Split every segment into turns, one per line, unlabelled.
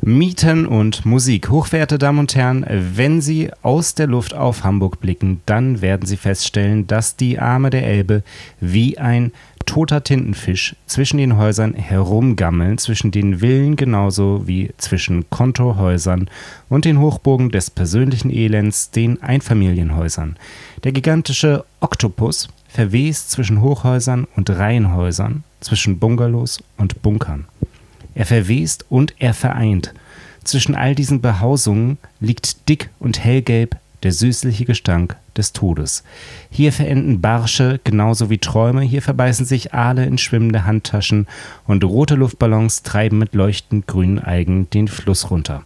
Mieten und Musik. Hochwerte Damen und Herren, wenn Sie aus der Luft auf Hamburg blicken, dann werden Sie feststellen, dass die Arme der Elbe wie ein toter Tintenfisch zwischen den Häusern herumgammeln, zwischen den Villen genauso wie zwischen Kontorhäusern und den Hochbogen des persönlichen Elends, den Einfamilienhäusern. Der gigantische Oktopus verwest zwischen Hochhäusern und Reihenhäusern, zwischen Bungalows und Bunkern. Er verwest und er vereint. Zwischen all diesen Behausungen liegt dick und hellgelb der süßliche Gestank des Todes. Hier verenden Barsche genauso wie Träume, hier verbeißen sich Aale in schwimmende Handtaschen und rote Luftballons treiben mit leuchtend grünen Algen den Fluss runter.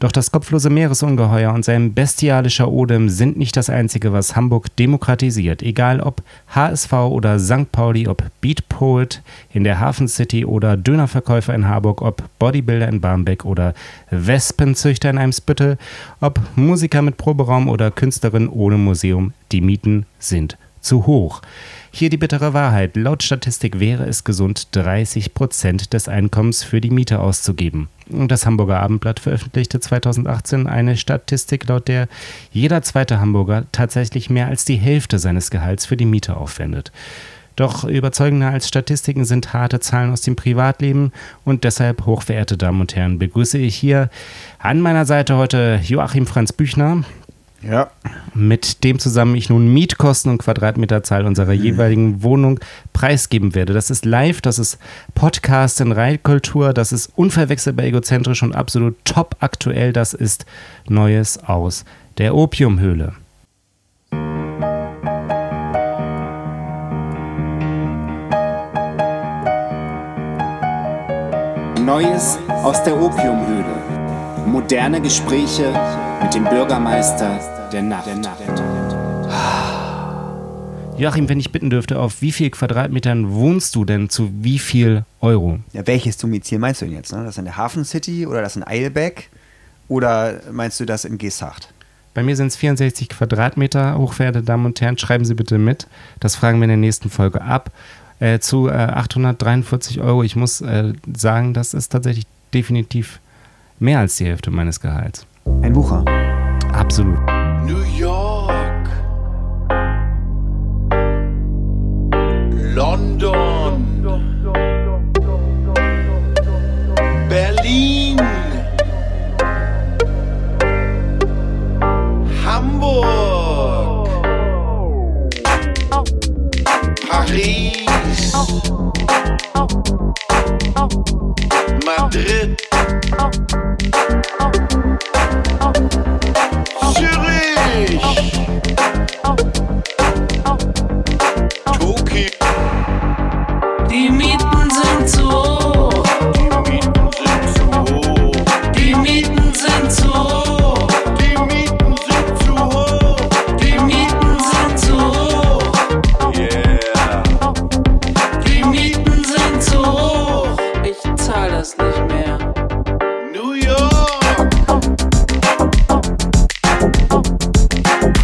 Doch das kopflose Meeresungeheuer und sein bestialischer Odem sind nicht das Einzige, was Hamburg demokratisiert. Egal ob HSV oder St. Pauli, ob Beat Poet in der Hafen City oder Dönerverkäufer in Harburg, ob Bodybuilder in Barmbek oder Wespenzüchter in Eimsbüttel, ob Musiker mit Proberaum oder Künstlerin ohne Museum, die Mieten sind zu hoch. Hier die bittere Wahrheit. Laut Statistik wäre es gesund, 30 Prozent des Einkommens für die Miete auszugeben. Das Hamburger Abendblatt veröffentlichte 2018 eine Statistik, laut der jeder zweite Hamburger tatsächlich mehr als die Hälfte seines Gehalts für die Miete aufwendet. Doch überzeugender als Statistiken sind harte Zahlen aus dem Privatleben und deshalb, hochverehrte Damen und Herren, begrüße ich hier an meiner Seite heute Joachim Franz Büchner,
Ja,
mit dem zusammen ich nun Mietkosten und Quadratmeterzahl unserer jeweiligen Wohnung preisgeben werde. Das ist live, das ist Podcast in Reitkultur, das ist unverwechselbar egozentrisch und absolut top aktuell, das ist Neues aus der Opiumhöhle.
Neues aus der Opiumhöhle. Moderne Gespräche mit dem Bürgermeister der Nacht.
Joachim, wenn ich bitten dürfte, auf wie viel Quadratmetern wohnst du denn zu wie viel Euro?
ja welches Domizil meinst du denn jetzt? Ne? Das in der Hafen City oder das in Eilbeck? Oder meinst du das in Gesacht?
Bei mir sind es 64 Quadratmeter, hochverehrte Damen und Herren. Schreiben Sie bitte mit. Das fragen wir in der nächsten Folge ab. Äh, zu äh, 843 Euro. Ich muss äh, sagen, das ist tatsächlich definitiv mehr als die Hälfte meines Gehalts.
Ein Bucher.
Absolut.
New York, London, Berlin, Hamburg, Paris, Madrid. Zürich. Tokio.
Die Mieten sind zu hoch. Die Mieten sind zu hoch.
Die Mieten sind zu hoch.
Die Mieten sind zu hoch.
Yeah.
Die Mieten sind zu hoch. Ich zahle das nicht mehr.
New York.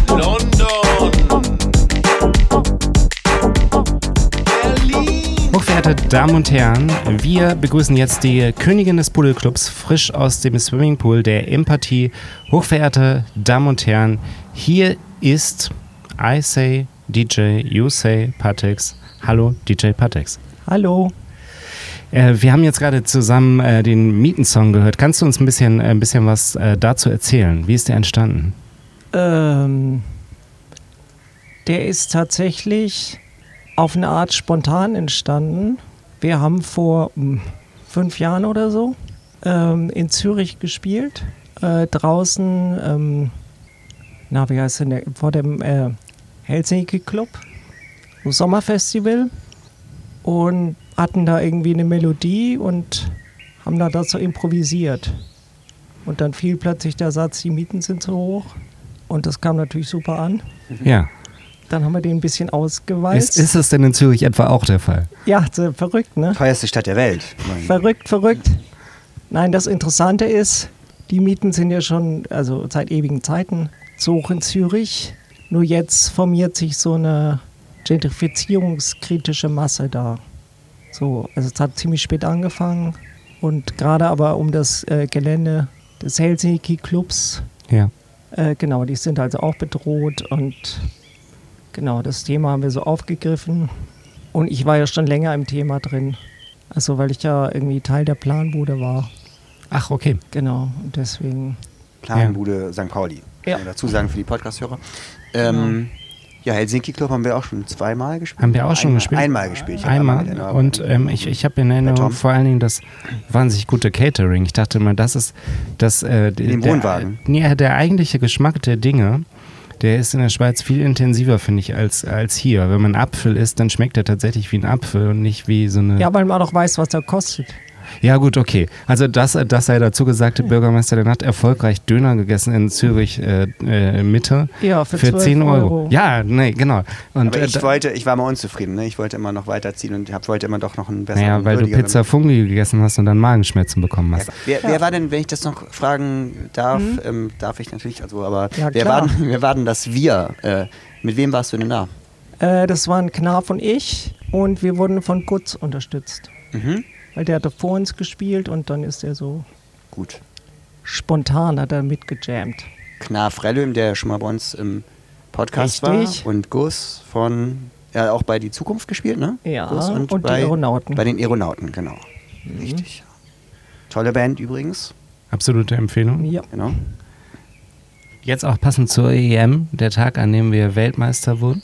London. Berlin.
Hochverehrte Damen und Herren, wir begrüßen jetzt die Königin des Pudelclubs frisch aus dem Swimmingpool der Empathie. Hochverehrte Damen und Herren, hier ist I say DJ, you say Patex. Hallo DJ Patex.
Hallo.
Äh, wir haben jetzt gerade zusammen äh, den Mietensong gehört. Kannst du uns ein bisschen, ein bisschen was äh, dazu erzählen? Wie ist der entstanden?
Ähm, der ist tatsächlich auf eine Art spontan entstanden. Wir haben vor hm, fünf Jahren oder so ähm, in Zürich gespielt. Äh, draußen, ähm, na, wie heißt denn der? Vor dem äh, Helsinki Club, so Sommerfestival. Und hatten da irgendwie eine Melodie und haben da dazu improvisiert. Und dann fiel plötzlich der Satz, die Mieten sind zu hoch. Und das kam natürlich super an.
Ja.
Dann haben wir den ein bisschen
Ist,
ausgewalzt.
ist es denn in Zürich etwa auch der Fall?
ja, so verrückt, ne?
Teuerste Stadt der Welt. Mein-
Verrückt, verrückt. Nein, das Interessante ist, die Mieten sind ja schon, also seit ewigen Zeiten, so hoch in Zürich. Nur jetzt formiert sich so eine gentrifizierungskritische Masse da. So, also es hat ziemlich spät angefangen Und gerade aber um das äh, Gelände des Helsinki-Clubs,
Ja.
äh, genau, die sind also auch bedroht und genau, das Thema haben wir so aufgegriffen. Und ich war ja schon länger im Thema drin. Also weil ich ja irgendwie Teil der Planbude war.
Ach, okay.
Genau, und deswegen.
Planbude St. Pauli.
Ja.
Ja. Dazu sagen für die Podcast-Hörer. Ähm, ja, Helsinki Club haben wir auch schon zweimal gespielt.
Genau. Haben wir auch schon
einmal,
gespielt?
Einmal gespielt. Genau. Ich hab
Einmal.
mit einer-
Und ähm, ich, ich habe in
Tom.
Erinnerung vor allen Dingen das wahnsinnig gute Catering. Ich dachte immer, das ist das. Äh, d-
dem
der,
Wohnwagen.
Nee, äh, der eigentliche Geschmack der Dinge, der ist in der Schweiz viel intensiver, finde ich, als, als hier. Wenn man Apfel isst, dann schmeckt er tatsächlich wie ein Apfel und nicht wie so eine.
Ja, weil man auch weiß, was da kostet.
Ja, gut, okay. Also, das, das sei dazu gesagt, der Bürgermeister der hat erfolgreich Döner gegessen in Zürich äh, äh, Mitte.
Ja, für 12
10 Euro.
Euro.
Ja, nee, genau. Und,
Aber
äh,
ich
da-
wollte, ich war mal unzufrieden. Ne? Ich wollte immer noch weiterziehen und hab, wollte immer doch noch einen besseren.
naja, weil du
würdigeren-
Pizza Fungi gegessen hast und dann Magenschmerzen bekommen hast.
Ja, wer, wer war denn, wenn ich das noch fragen darf, ähm, darf ich natürlich, also, aber
Mhm. Ja,
wer,
klar.
war, denn- wer war denn das Wir? Äh, mit wem warst du denn da?
Äh, das waren Knarf und ich und wir wurden von Gutz unterstützt.
Mhm.
Weil der hatte vor uns gespielt und dann ist er so
Gut.
spontan hat er mitgejammt.
Knarf Relüm, der schon mal bei uns im Podcast
Richtig.
war. Und Gus von, ja, auch bei Die Zukunft gespielt, ne?
Ja,
Gus
und die
bei,
Aeronauten. Mhm.
Bei den Aeronauten, genau. Richtig. Tolle Band übrigens.
Absolute Empfehlung.
Ja.
Genau.
Jetzt auch passend zur EM, der Tag, an dem wir Weltmeister wurden.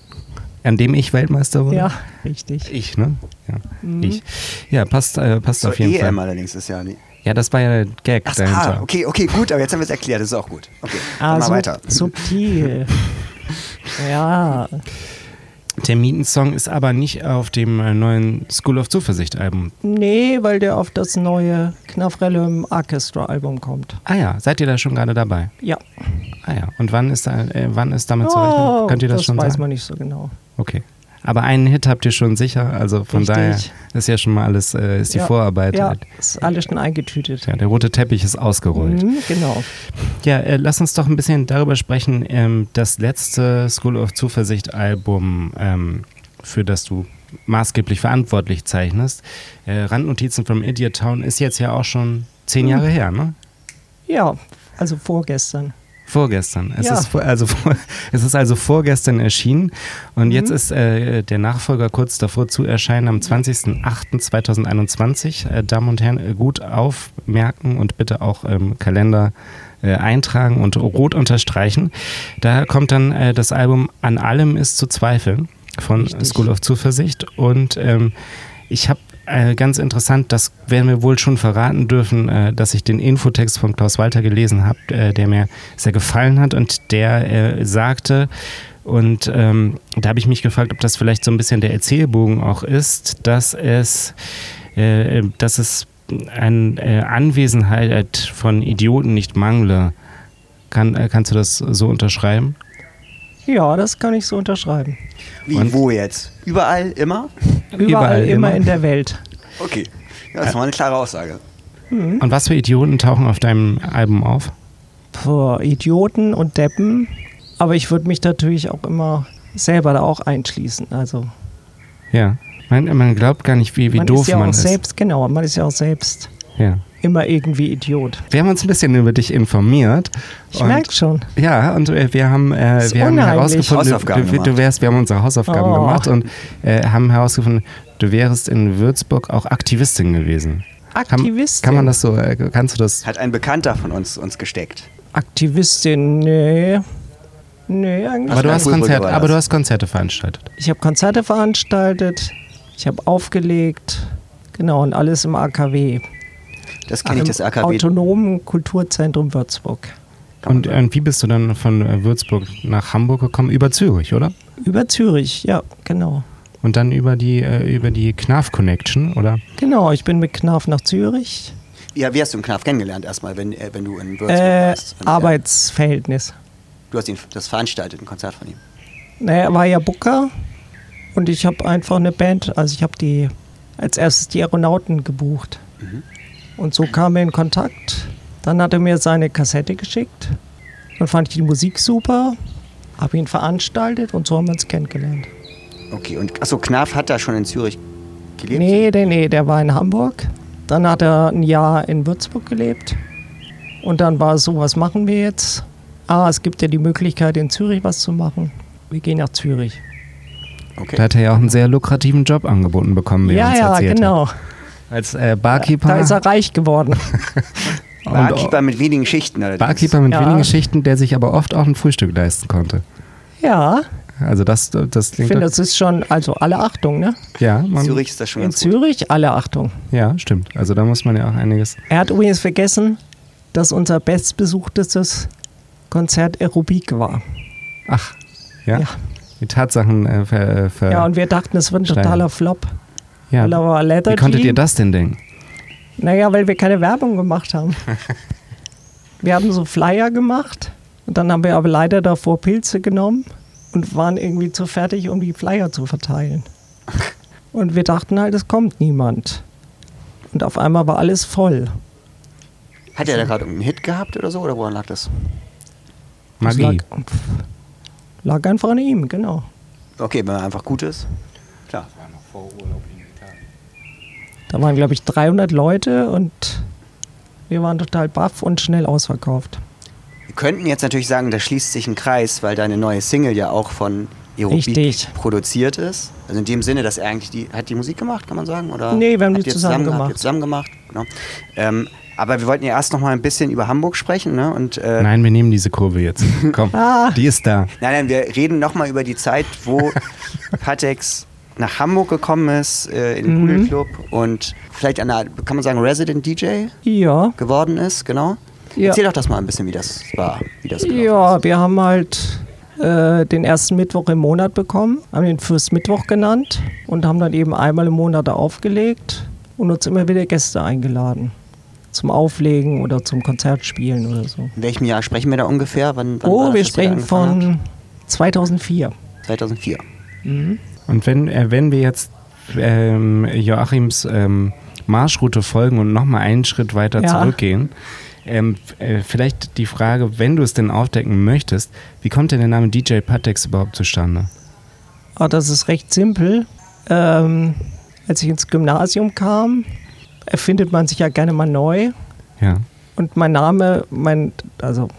An dem ich Weltmeister wurde.
ja, Mhm. richtig.
Ich, ne? Ja, ich. ja passt, äh, passt
Zur
auf jeden
EM
Fall.
eh allerdings ist ja nicht.
Ja, das war ja der Gag
Ach,
dahinter.
ah, okay, okay, gut, aber jetzt haben wir es erklärt, das ist auch gut. Okay, dann mal
Ah, sub-
weiter.
subtil. ja,
Der Mietensong ist aber nicht auf dem äh, neuen School of Zuversicht-Album.
nee, weil der auf das neue Knafrellum Orchestra Album kommt.
Ah ja, seid ihr da schon gerade dabei?
Ja,
Ah ja, und wann ist, da, äh, wann ist damit zu
Oh,
rechnen? Könnt ihr das, schon
weiß
sagen?
man nicht so genau.
Okay. Aber einen Hit habt ihr schon sicher, also von
Richtig.
daher ist ja schon mal alles, äh, ist die
ja.
Vorarbeit.
Ja, ist alles schon eingetütet.
Ja, der rote Teppich ist ausgerollt.
Mhm, genau.
Ja, äh, lass uns doch ein bisschen darüber sprechen. Ähm, das letzte School of Zuversicht Album, ähm, für das du maßgeblich verantwortlich zeichnest, äh, Randnotizen vom Idiot Town, ist jetzt ja auch schon zehn Jahre her, ne?
Ja, also vorgestern.
Vorgestern. Es,
Ja.
ist, vor, also, vor, es ist also vorgestern erschienen und jetzt ist äh, der Nachfolger kurz davor zu erscheinen am 20.08.2021. Äh, Damen und Herren, äh, gut aufmerken und bitte auch im Kalender äh, eintragen und rot unterstreichen. Da kommt dann äh, das Album An allem ist zu zweifeln von School of Zuversicht und ähm, ich habe äh, ganz interessant, das werden wir wohl schon verraten dürfen, äh, dass ich den Infotext von Klaus Walter gelesen habe, äh, der mir sehr gefallen hat und der äh, sagte, und ähm, da habe ich mich gefragt, ob das vielleicht so ein bisschen der Erzählbogen auch ist, dass es, äh, dass es an äh, Anwesenheit von Idioten nicht mangle. Kann, äh, kannst du das so unterschreiben?
Ja, das kann ich so unterschreiben.
Wie,
Und-
wo jetzt? Überall, immer?
Überall,
Überall,
immer,
immer.
in der Welt.
Okay, ja, das war eine klare Aussage.
Und was für Idioten tauchen auf deinem Album auf?
Vor Idioten und Deppen. Aber ich würde mich natürlich auch immer selber da auch einschließen. Also
Ja. Man, man glaubt gar nicht, wie, wie
man
doof
ist ja
man
auch
ist.
selbst, genau, man ist ja auch selbst
Ja.
immer irgendwie Idiot.
Wir haben uns ein bisschen über dich informiert.
Ich
Und-
merke schon.
Ja, und äh, wir haben, äh,
Ist
wir haben
unheimlich.
herausgefunden,
Hausaufgaben
du, du
gemacht.
wärst, wir haben unsere Hausaufgaben
Oh.
gemacht und äh, haben herausgefunden, du wärst in Würzburg auch Aktivistin gewesen. Kann,
Aktivistin.
kann man das so, äh, kannst du das?
Hat ein Bekannter von uns uns gesteckt.
Aktivistin, nee. Nee, eigentlich.
Aber du,
nein,
hast
wohl, wohl,
Konzert,
war
aber du
das.
hast Konzerte veranstaltet.
Ich habe Konzerte veranstaltet, ich habe aufgelegt, genau, und alles im AKW.
Das kenne ich, das
Im
AKW.
Autonomen Kulturzentrum Würzburg.
Und äh, wie bist du dann von äh, Würzburg nach Hamburg gekommen? Über Zürich, oder?
Über Zürich, ja, genau.
Und dann über die, äh, über die Knaf Connection, oder?
Genau, ich bin mit Knaf nach Zürich.
Ja, wie hast du den Knaf kennengelernt erstmal, wenn, äh, wenn du in Würzburg
Äh,
warst? Und, äh,
Arbeitsverhältnis.
Du hast ihn, das veranstaltet, ein Konzert von ihm.
Naja, er war ja Booker und ich habe einfach eine Band, also ich habe die als erstes die Aeronauten gebucht.
Mhm.
Und so kam er in Kontakt. Dann hat er mir seine Kassette geschickt. Dann fand ich die Musik super, habe ihn veranstaltet und so haben wir uns kennengelernt.
Okay, und achso, Knaf hat da schon in Zürich gelebt?
Nee, nee, nee, der war in Hamburg Dann hat er ein Jahr in Würzburg gelebt. Und dann war es so, was machen wir jetzt? Ah, es gibt ja die Möglichkeit, in Zürich was zu machen. Wir gehen nach Zürich.
Da hat er ja auch einen sehr lukrativen Job angeboten bekommen, wie er
ja,
uns
ja,
erzählt hat.
genau.
Als äh, Barkeeper.
Da ist er reich geworden.
und-
Barkeeper mit wenigen Schichten. allerdings.
Barkeeper mit
Ja.
wenigen Schichten, der sich aber oft auch ein Frühstück leisten konnte.
ja,
Also das, das
ich
klingt
finde, das ist schon, also alle Achtung, ne?
ja, man,
Zürich ist das schon
In
ganz gut.
Zürich alle Achtung.
ja, stimmt. Also da muss man ja auch einiges.
Er hat übrigens vergessen, dass unser bestbesuchtestes Konzert Aerobik war.
Ach, ja.
Ja.
Die Tatsachen äh, ver, ver,
Ja, und wir dachten, es wird ein
Steiner.
totaler Flop.
ja.
weil da war Lethargy.
Wie konntet ihr das denn denken?
Naja, weil wir keine Werbung gemacht haben. wir haben so Flyer gemacht und dann haben wir aber leider davor Pilze genommen und waren irgendwie zu fertig, um die Flyer zu verteilen. Und wir dachten halt, es kommt niemand. Und auf einmal war alles voll.
Hat er da gerade irgendeinen Hit gehabt oder so? Oder woran lag das?
Das
Magie.
Lag, pff, lag einfach an ihm, genau.
Okay, wenn er einfach gut ist. Klar.
Da waren, glaube ich, 300 Leute und wir waren total baff und schnell ausverkauft.
Wir könnten jetzt natürlich sagen, da schließt sich ein Kreis, weil deine neue Single ja auch von Aerobik
Richtig.
produziert ist. Also in dem Sinne, dass er eigentlich die, hat die Musik gemacht, kann man sagen? Oder
Nee, wir haben
habt
die
ihr
zusammen
Habt ihr
gemacht.
zusammen gemacht, genau. Ähm, aber wir wollten ja erst noch mal ein bisschen über Hamburg sprechen, ne? Und, äh,
Nein, wir nehmen diese Kurve jetzt. Komm,
Ah.
die ist da.
Nein, nein, wir reden nochmal über die Zeit, wo Patex nach Hamburg gekommen ist, äh, in
Mhm.
den Pudelclub und vielleicht einer, kann man sagen, Resident DJ
Ja,
geworden ist, genau.
Ja.
Erzähl doch das mal ein bisschen, wie das war. Wie das gelaufen
ja wir haben halt äh, den ersten Mittwoch im Monat bekommen, haben den Fürst Mittwoch genannt und haben dann eben einmal im Monat aufgelegt und uns immer wieder Gäste eingeladen. Zum Auflegen oder zum Konzertspielen oder so.
In welchem Jahr sprechen wir da ungefähr? Wann, wann war
oh,
das,
wir
dass ihr da
sprechen
angefangen
von 2004.
habt? 2004.
Und wenn, äh, wenn wir jetzt ähm, Joachims ähm, Marschroute folgen und nochmal einen Schritt weiter
Ja.
zurückgehen, ähm, f- äh, vielleicht die Frage, wenn du es denn aufdecken möchtest, wie kommt denn der Name DJ Patex überhaupt zustande?
Ah, das ist recht simpel. Ähm, als ich ins Gymnasium kam, erfindet man sich ja gerne mal neu.
Ja.
Und mein Name, mein, also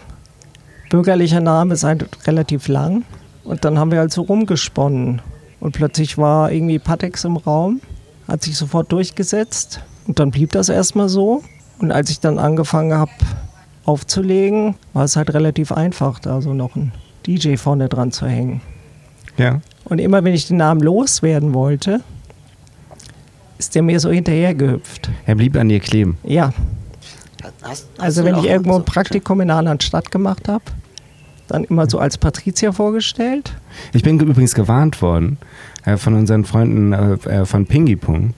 bürgerlicher Name ist halt relativ lang. Und dann haben wir halt so rumgesponnen. Und plötzlich war irgendwie Patex im Raum, hat sich sofort durchgesetzt. Und dann blieb das erstmal so. Und als ich dann angefangen habe aufzulegen, war es halt relativ einfach, da so noch einen DJ vorne dran zu hängen.
Ja.
Und immer wenn ich den Namen loswerden wollte, ist der mir so hinterhergehüpft.
Er blieb an dir kleben.
Ja,
Hast- Hast, hast
also
du
wenn
auch-
ich irgendwo
so,
ein Praktikum in einer anderen Stadt gemacht habe, dann immer so als Patrizier vorgestellt.
Ich bin ge- übrigens gewarnt worden äh, von unseren Freunden äh, äh, von Pingipung.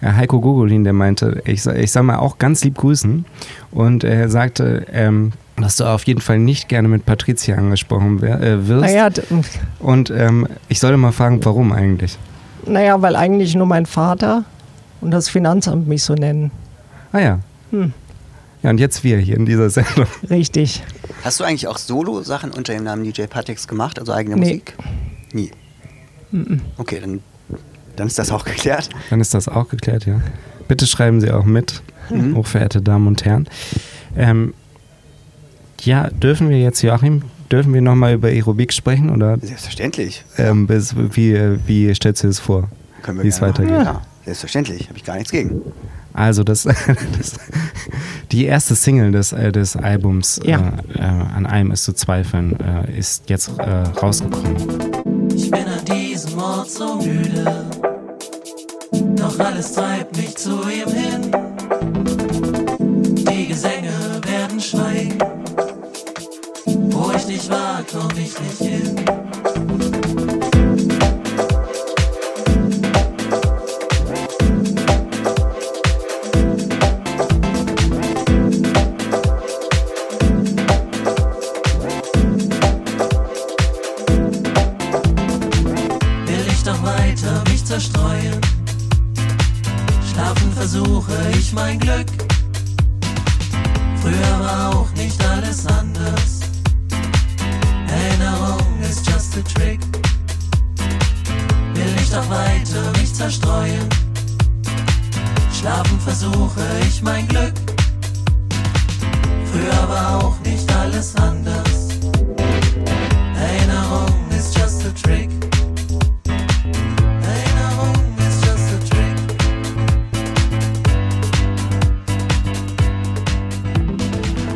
Äh, Heiko Gogolin, der meinte, ich, sa- ich sag mal auch ganz lieb grüßen. Und er sagte, ähm, dass du auf jeden Fall nicht gerne mit Patricia angesprochen wer, äh, wirst.
Naja, d-
Und ähm, ich sollte mal fragen, warum eigentlich?
naja, weil eigentlich nur mein Vater und das Finanzamt mich so nennen.
Ah ja. Ja, und jetzt wir hier in dieser Sendung.
Richtig.
Schon. Hast du eigentlich auch Solo-Sachen unter dem Namen DJ Patex gemacht, also eigene
Nee.
Musik? Nie. Okay, dann, dann ist das auch geklärt.
Dann ist das auch geklärt, ja. Bitte schreiben Sie auch mit, hochverehrte Damen und Herren. Ähm, ja, dürfen wir jetzt, Joachim, dürfen wir nochmal über Aerobik sprechen oder
Selbstverständlich.
Ähm, bis- wie, äh, wie stellst du es vor?
Können wir
Wie es
gerne machen.
weitergeht.
Ja, selbstverständlich. Habe ich gar nichts gegen.
Also das, das die erste Single des, äh, des Albums
Ja.
äh, äh, an einem ist zu zweifeln, äh, ist jetzt äh, rausgekommen.
Ich bin an diesem Ort so müde. Doch alles treibt mich zu ihm hin. Die Gesänge werden schweigen. Wo ich nicht war, komm ich nicht hin. will ich doch weiter mich zerstreuen. Schlafen versuche ich mein Glück. Früher war auch nicht alles anders. Erinnerung ist just a trick. aber auch nicht alles anders. Erinnerung is just a trick. Erinnerung is just a trick.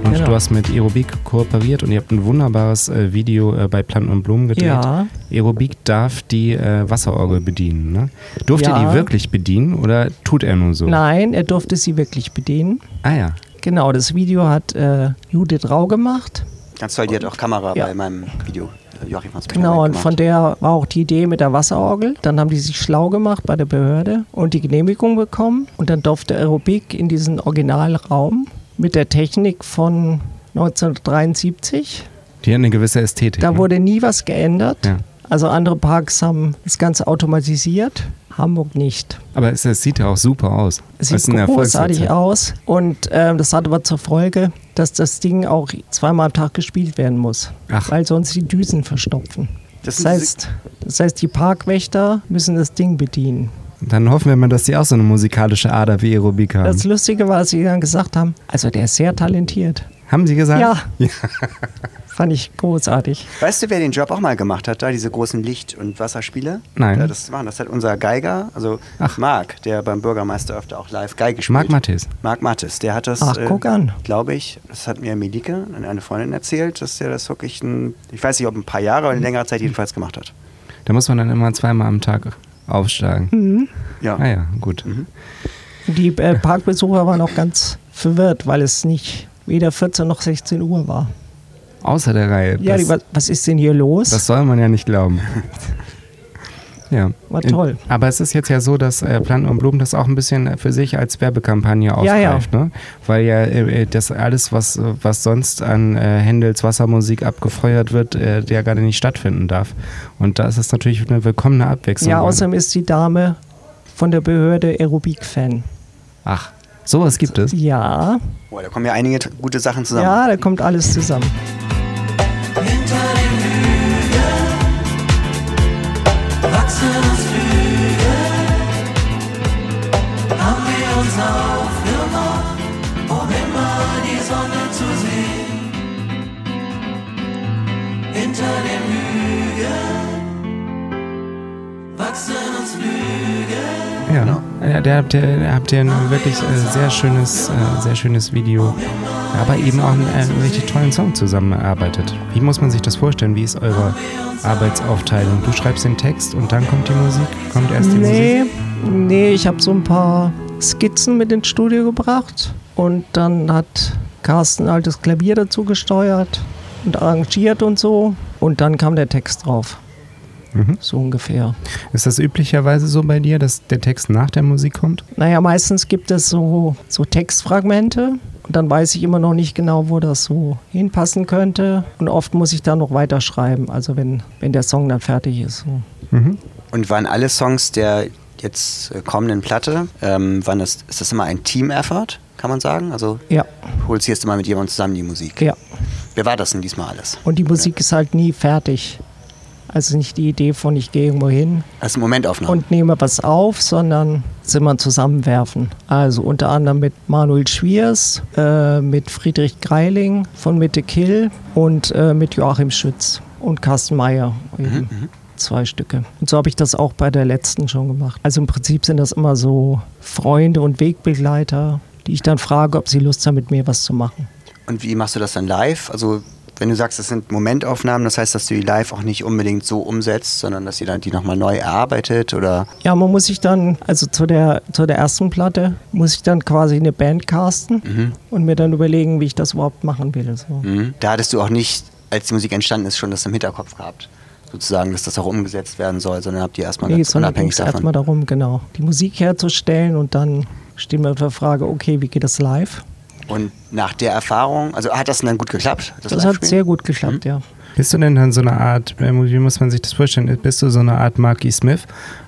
Und
Genau.
du hast mit Aerobik kooperiert und ihr habt ein wunderbares äh, Video äh, bei Planten und Blumen gedreht.
Ja.
Aerobik darf die äh, Wasserorgel bedienen. Ne? Durft ihr
Ja.
die wirklich bedienen oder tut er nur so?
Nein, er durfte sie wirklich bedienen.
Ah ja.
Genau, das Video hat äh, Judith Rau gemacht.
Ganz toll, die hat auch Kamera
Ja.
bei meinem Video. äh, Joachim Hans
Genau, und
gemacht.
von der war auch die Idee mit der Wasserorgel. Dann haben die sich schlau gemacht bei der Behörde und die Genehmigung bekommen. Und dann durfte Aerobik in diesen Originalraum mit der Technik von 1973.
Die hat eine gewisse Ästhetik.
Da
ne?
wurde nie was geändert.
Ja.
Also andere Parks haben das Ganze automatisiert, Hamburg nicht.
Aber es, es sieht ja auch super aus.
Es
Es
sieht
ist ein
großartig
Erfolgsrezept.
aus. Und ähm, das hat aber zur Folge, dass das Ding auch zweimal am Tag gespielt werden muss,
Ach.
weil sonst die Düsen verstopfen.
Das
Das,
sind
heißt, das heißt, die Parkwächter müssen das Ding bedienen.
Dann hoffen wir mal, dass die auch so eine musikalische Ader wie Aerobik haben.
Das Lustige war, dass sie dann gesagt haben, also der ist sehr talentiert.
haben sie gesagt?
Ja. Fand ich großartig.
Weißt du, wer den Job auch mal gemacht hat, da diese großen Licht- und Wasserspiele?
Nein.
Ja, das waren, das hat unser Geiger, also Marc, der beim Bürgermeister öfter auch live Geige spielt.
Marc Mathis.
Marc Mathis, der hat das. äh,
Ach, guck an.
Glaube ich, das hat mir Melike, eine Freundin, erzählt, dass der das wirklich, ein, ich weiß nicht, ob ein paar Jahre oder in längerer Zeit jedenfalls gemacht hat.
Da muss man dann immer zweimal am Tag aufschlagen.
Mhm.
Ja.
Ah ja, gut.
Die äh, Parkbesucher waren auch ganz verwirrt, weil es nicht weder 14 noch 16 Uhr war.
Außer der Reihe.
Ja,
das,
die, was, was ist denn hier los?
das soll man ja nicht glauben. ja.
War toll.
In, aber es ist jetzt ja so, dass äh, Planten und Blumen das auch ein bisschen äh, für sich als Werbekampagne
ja.
aufgreift. Ne? Weil ja äh, äh, das alles, was, äh, was sonst an äh, Händels Wassermusik abgefeuert wird, äh, der gerade nicht stattfinden darf. Und da ist es natürlich eine willkommene Abwechslung.
ja, außerdem ist die Dame von der Behörde Aerobik-Fan.
Ach, sowas gibt es.
Ja,
Boah, da kommen ja einige t- gute Sachen zusammen.
ja, da kommt alles zusammen.
Hinter dem Hügel wachsen uns Flügel. Haben wir uns aufgemacht, um immer die Sonne zu sehen. Hinter dem Hügel wachsen uns Flügel.
Ja, ja da habt ihr, da habt ihr ein wirklich äh, sehr, schönes, äh, sehr schönes Video, aber eben auch einen äh, richtig tollen Song zusammengearbeitet. Wie muss man sich das vorstellen? Wie ist eure Arbeitsaufteilung? Du schreibst den Text und dann kommt die Musik? Kommt erst die
Nee,
Musik?
nee, ich habe so ein paar Skizzen mit ins Studio gebracht und dann hat Carsten halt das Klavier dazu gesteuert und arrangiert und so und dann kam der Text drauf. So ungefähr.
Ist das üblicherweise so bei dir, dass der Text nach der Musik kommt?
Naja, meistens gibt es so, so Textfragmente und dann weiß ich immer noch nicht genau, wo das so hinpassen könnte. Und oft muss ich dann noch weiterschreiben, also wenn, wenn der Song dann fertig ist. So.
Und waren alle Songs der jetzt äh, kommenden Platte, ähm, waren das, ist das immer ein Team-Effort, kann man sagen? Also
Ja,
holst jetzt immer mit jemandem zusammen die Musik.
ja.
Wer war das denn diesmal alles?
Und die Musik ist halt nie fertig. Also nicht die Idee von ich gehe irgendwo hin
Das ist eine Momentaufnahme.
und nehme was auf, sondern es immer zusammenwerfen. Also unter anderem mit Manuel Schwiers, äh, mit Friedrich Greiling von Mitte Kill und äh, mit Joachim Schütz und Carsten Meyer. Eben. Zwei Stücke. Und so habe ich das auch bei der letzten schon gemacht. Also im Prinzip sind das immer so Freunde und Wegbegleiter, die ich dann frage, ob sie Lust haben, mit mir was zu machen.
Und wie machst du das dann live? Also, wenn du sagst, das sind Momentaufnahmen, das heißt, dass du die live auch nicht unbedingt so umsetzt, sondern dass ihr dann die nochmal neu erarbeitet oder.
Ja, man muss sich dann, also zu der, zu der ersten Platte, muss ich dann quasi eine Band casten und mir dann überlegen, wie ich das überhaupt machen will. So.
Mhm. Da hattest du auch nicht, als die Musik entstanden ist, schon das im Hinterkopf gehabt. Sozusagen, dass das auch umgesetzt werden soll, sondern habt ihr erstmal
Nee,
ganz
sondern ging
unabhängig
es
davon.
erstmal darum, genau, die Musik herzustellen und dann stehen wir der Frage, okay, wie geht das live?
Und nach der Erfahrung, also hat das Hm? denn dann gut geklappt?
Das hat
Live-Spielen?
sehr gut geklappt, ja.
Bist du denn dann so eine Art, äh, wie muss man sich das vorstellen, bist du so eine Art Marky Smith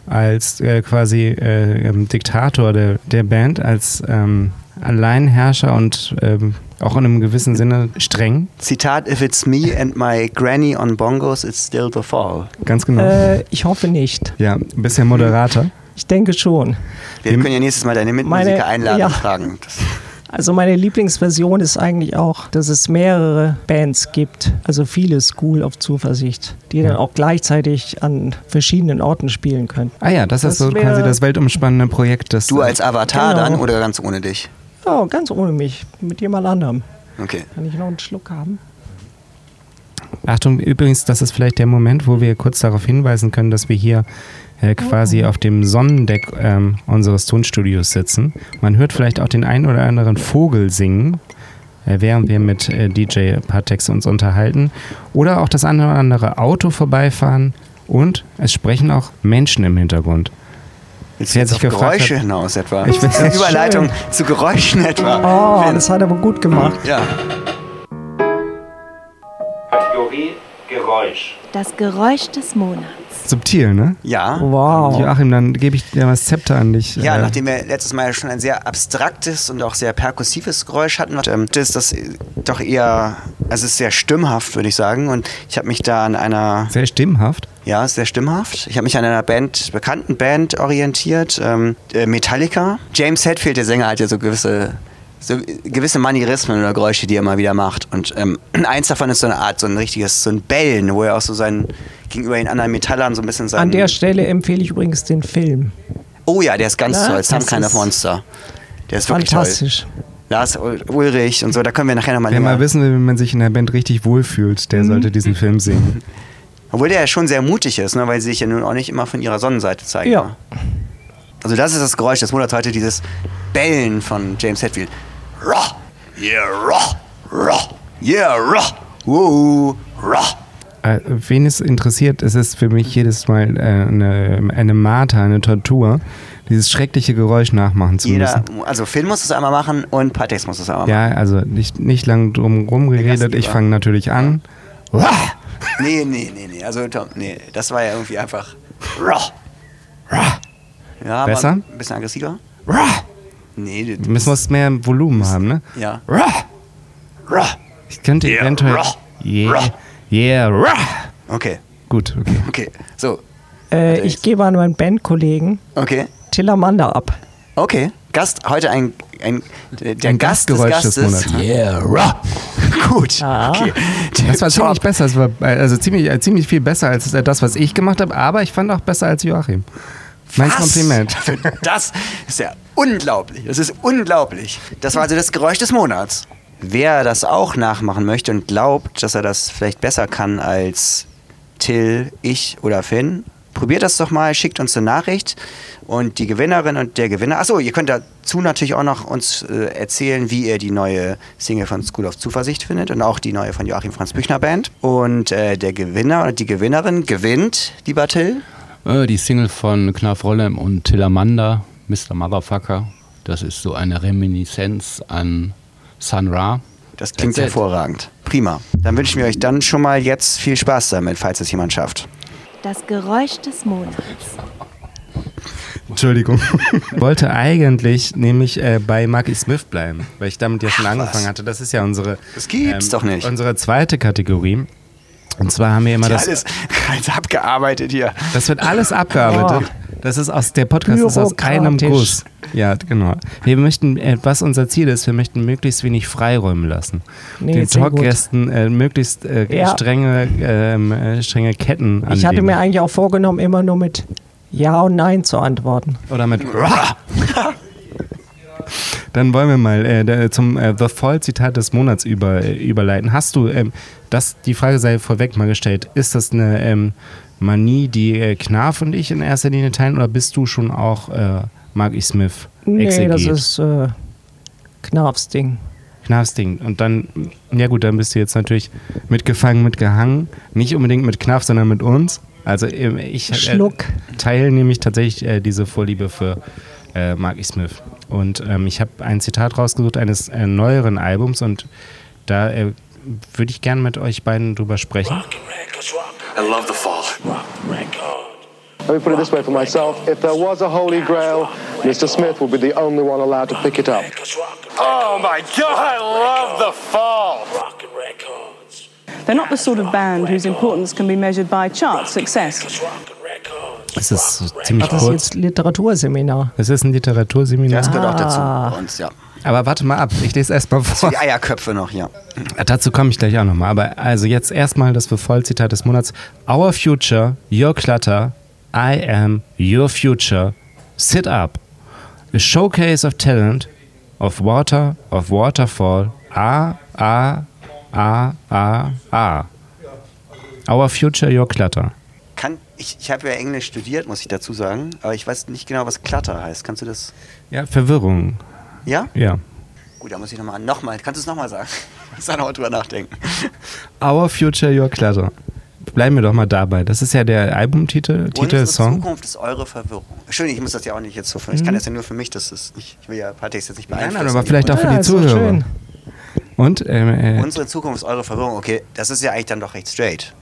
als äh, quasi äh, ähm, Diktator der, der Band, als ähm, Alleinherrscher und ähm, auch in einem gewissen Sinne streng?
Zitat: If it's me and my granny on bongos, it's still the fall.
Ganz genau.
Äh, Mhm. ich hoffe nicht.
ja, bist ja Moderator.
Ich denke schon.
Wir können ja nächstes Mal deine Mitmusiker
Meine-
einladen
ja.
und fragen. Das,
Also meine Lieblingsversion ist eigentlich auch, dass es mehrere Bands gibt, also viele School of Zuversicht, die dann auch gleichzeitig an verschiedenen Orten spielen können.
Ah ja, das, ist
Das
so
wär-
quasi das weltumspannende Projekt. Das
Du als Avatar
Genau.
dann oder ganz ohne dich?
Ja, ganz ohne mich, mit jemand anderem.
Okay.
Kann ich noch einen Schluck haben?
Achtung, übrigens, das ist vielleicht der Moment, wo wir kurz darauf hinweisen können, dass wir hier äh, quasi auf dem Sonnendeck ähm, unseres Tonstudios sitzen. Man hört vielleicht auch den einen oder anderen Vogel singen, äh, während wir mit äh, DJ Patex uns unterhalten. Oder auch das eine oder andere Auto vorbeifahren. Und es sprechen auch Menschen im Hintergrund.
Jetzt
Wer sich
auf
gefragt
Geräusche
hat-
hinaus etwa.
Ich bin-
Das ist eine Überleitung zu Geräuschen etwa.
Oh, das hat er aber gut gemacht.
Ja.
Kategorie Geräusch.
Das Geräusch des Monats.
Subtil, ne?
Ja.
Wow.
Joachim, dann gebe ich dir mal das Zepter an dich.
Ja,
äh,
nachdem wir letztes Mal ja schon ein sehr abstraktes und auch sehr perkussives Geräusch hatten, ähm, ist das äh, doch eher, also es ist sehr stimmhaft, würde ich sagen. Und ich habe mich da an einer,
Sehr stimmhaft.
ja, sehr stimmhaft. Ich habe mich an einer Band, bekannten Band orientiert, ähm, äh, Metallica. James Hetfield, der Sänger, hat ja so gewisse, so gewisse Manierismen oder Geräusche, die er immer wieder macht. Und ähm, eins davon ist so eine Art, so ein richtiges, so ein Bellen, wo er auch so seinen gegenüber den anderen Metallern so ein bisschen sein.
An der Stelle empfehle ich übrigens den Film.
oh ja, der ist ganz
Ja,
toll. Some
das
kind of
ist
Monster. Der ist wirklich toll.
Fantastisch.
Lars Ul- Ulrich und so, da können wir nachher nochmal
Wer mal wissen will, wie man sich in der Band richtig wohlfühlt,
Mhm.
der sollte diesen Film sehen.
Obwohl der ja schon sehr mutig ist, ne, weil sie sich ja nun auch nicht immer von ihrer Sonnenseite zeigen.
Ja.
Also das ist das Geräusch des Monats heute, dieses Bellen von James Hetfield. Rah! Yeah, rah! Rah! Yeah, rah! Woo! Rah!
Äh, wen es interessiert, es ist für mich jedes Mal äh, eine, eine Marter, eine Tortur, dieses schreckliche Geräusch nachmachen zu
Jeder,
müssen.
also Phil muss es einmal machen und Patex muss es einmal machen.
Ja, also nicht, nicht lang drum rumgeredet,
Gastgeber.
ich fange natürlich an. Uah!
Nee, nee, nee, nee. Also Tom, nee, das war ja irgendwie einfach rah! Rah! Ja, aber
Besser?
ein bisschen aggressiver.
Uah!
Nee,
Wir müssen was mehr Volumen haben, ne?
ja.
Uah!
Rah!
Ich könnte
Yeah,
eventuell.
rah.
Yeah,
Rah.
yeah, rah.
Okay,
Gut, okay.
okay. So,
Äh, ich gebe an meinen Bandkollegen
okay.
Tillamanda ab.
Okay. Gast, heute ein, ein der
Ein
Gast
Gastgeräusch
des
des
Gastes.
Monats.
Yeah, rah. Gut. Okay.
Das war ziemlich
Top.
besser. Das war äh, also ziemlich, äh, ziemlich viel besser als äh, das, was ich gemacht habe, aber ich fand auch besser als Joachim. Mein
Was?
Kompliment.
Das ist ja unglaublich. Das ist unglaublich. Das war also das Geräusch des Monats. Wer das auch nachmachen möchte und glaubt, dass er das vielleicht besser kann als Till, ich oder Finn, probiert das doch mal, schickt uns eine Nachricht und die Gewinnerin und der Gewinner. Achso, ihr könnt dazu natürlich auch noch uns äh, erzählen, wie ihr die neue Single von School of Zuversicht findet und auch die neue von Joachim Franz Büchner Band. Und äh, der Gewinner oder die Gewinnerin gewinnt, lieber Till.
Äh, die Single von Knarf Rollem und Tillamanda, Mr. Motherfucker. Das ist so eine Reminiszenz an Sun Ra.
Das klingt
That's it.
hervorragend. Prima. Dann wünschen wir euch dann schon mal jetzt viel Spaß damit, falls es jemand schafft.
Das Geräusch des Monats.
Entschuldigung. Ich wollte eigentlich nämlich äh, bei Marky Smith bleiben, weil ich damit ja schon angefangen hatte. Das ist ja unsere. ähm,
Das gibt's doch nicht.
Unsere zweite Kategorie. Und zwar haben wir immer das.
alles, alles abgearbeitet hier.
Das wird alles abgearbeitet. Das ist aus der Podcast ist aus einem
Oh. Bürokratisch.
Guss. Ja, genau. Wir möchten, äh, was unser Ziel ist, wir möchten möglichst wenig freiräumen lassen.
Nee,
Den
sehr gut.
Talkgästen äh, möglichst äh,
Ja.
strenge, ähm, äh, strenge Ketten
Ich hatte
anlegen.
mir eigentlich auch vorgenommen, immer nur mit Ja und Nein zu antworten.
Oder mit Dann wollen wir mal äh, da- zum äh, The Fall Zitat des Monats über, äh, überleiten. Hast du, ähm, das, die Frage sei vorweg mal gestellt, ist das eine ähm, Manie, die äh, Knarf und ich in erster Linie teilen oder bist du schon auch äh, Mark E. Smith?
Nee,
Exeget?
das ist äh, Knarfsding.
Knarfs Ding. Und dann, ja gut, dann bist du jetzt natürlich mitgefangen, mitgehangen. Nicht unbedingt mit Knarf, sondern mit uns. Also ähm, ich
Schluck.
Äh, teile nämlich tatsächlich äh, diese Vorliebe für äh, Mark E. Smith. Und ähm, ich habe ein Zitat rausgesucht eines äh, neueren Albums und da äh, würde ich gerne mit euch beiden drüber sprechen.
I love the fall.
Let me put it this way for myself. If there was a holy grail, Mr. Smith would be the only one allowed to pick it up.
Oh my god, I love the fall.
They're not the sort of band whose importance can be measured by chart success.
Es ist ziemlich
Ach, das ist
kurz.
jetzt Literaturseminar.
Es ist ein Literaturseminar.
Das gehört
auch dazu
Ah.
bei uns, ja.
Aber warte mal ab, ich lese erstmal vor.
Die Eierköpfe noch, ja.
Dazu komme ich gleich auch nochmal. Aber also jetzt erstmal das Vollzitat des Monats. Our future, your clutter, I am your future. Sit up. A showcase of talent, of water, of waterfall. Ah, ah, ah, ah, ah. Our future, your clutter.
Kann, ich ich habe ja Englisch studiert, muss ich dazu sagen, aber ich weiß nicht genau, was Klatter heißt. Kannst du das?
Ja, Verwirrung.
Ja?
Ja.
Gut, da muss ich nochmal, nochmal, kannst du es nochmal sagen? Ich muss da nochmal drüber nachdenken.
Our future, your clutter. Bleiben wir doch mal dabei. Das ist ja der Albumtitel, Titel,
Unsere
Song.
Zukunft ist eure Verwirrung. Entschuldigung, ich muss das ja auch nicht jetzt so, ich kann das ja nur für mich, das ist, ich, ich will ja Patex jetzt nicht
Mhm. Nein,
beeinflussen.
nein, aber vielleicht auch für
Ja,
die
Ah, ist doch
Zuhörer.
schön.
Und ähm, äh,
Unsere Zukunft ist eure Verwirrung, okay, das ist ja eigentlich dann doch recht straight.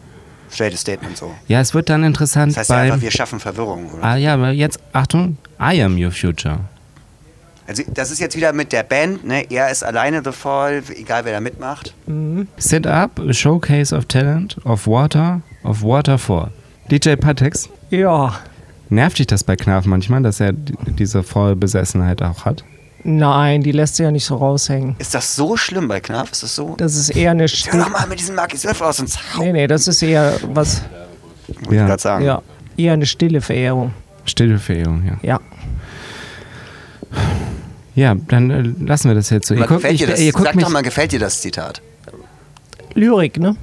Straightes Statement so.
ja, es wird dann interessant
Das heißt ja
beim.
einfach, wir schaffen Verwirrung, oder?
ah ja, aber jetzt Achtung, I am your future.
Also das ist jetzt wieder mit der Band, ne? Er ist alleine The Fall, egal wer da mitmacht.
Set up a showcase of talent, of water, of waterfall. DJ Patex,
Ja,
nervt dich das bei Knaf manchmal, dass er d- diese Vollbesessenheit auch hat?
nein, die lässt sie ja nicht so raushängen.
Ist das so schlimm bei Knaf? Ist das so?
Das ist eher eine
Hör doch
Stille.
mal mit diesem Marky Smith aus und hau.
Nee, nee, das ist eher was.
Wollte ich grad sagen.
Ja, eher eine stille Verehrung.
Stillverheerung, ja.
Ja.
Ja, dann äh, lassen wir das jetzt so. Ihr
Aber
guckt,
gefällt
ich,
dir das?
ihr guckt
Sag
mich,
doch mal, gefällt dir das Zitat?
Lyrik, ne?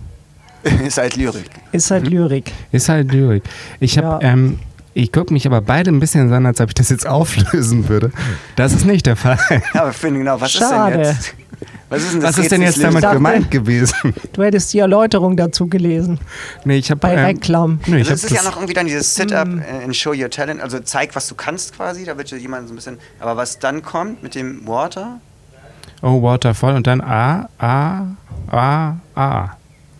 ist halt Lyrik.
Ist halt Lyrik.
Ist halt Lyrik. Ich habe,
Ja.
ähm, ich gucke mich aber beide ein bisschen so an, als ob ich das jetzt auflösen würde. Das ist nicht der Fall.
Ja, aber ich finde genau, was
Schade.
ist denn jetzt? Was ist denn, das
Was ist denn jetzt
Rätsel-
damit
dachte-
gemeint gewesen?
Du hättest die Erläuterung dazu gelesen.
Nee, ich habe
Bei Reklam.
Nee, ich
Also
hab
es ist ja
das,
noch irgendwie dann dieses Sit-Up äh, and Show Your Talent, also zeig, was du kannst quasi, da wird ja jemand so ein bisschen, aber was dann kommt mit dem Water,
oh, Waterfall und dann ah, A, A, A, A.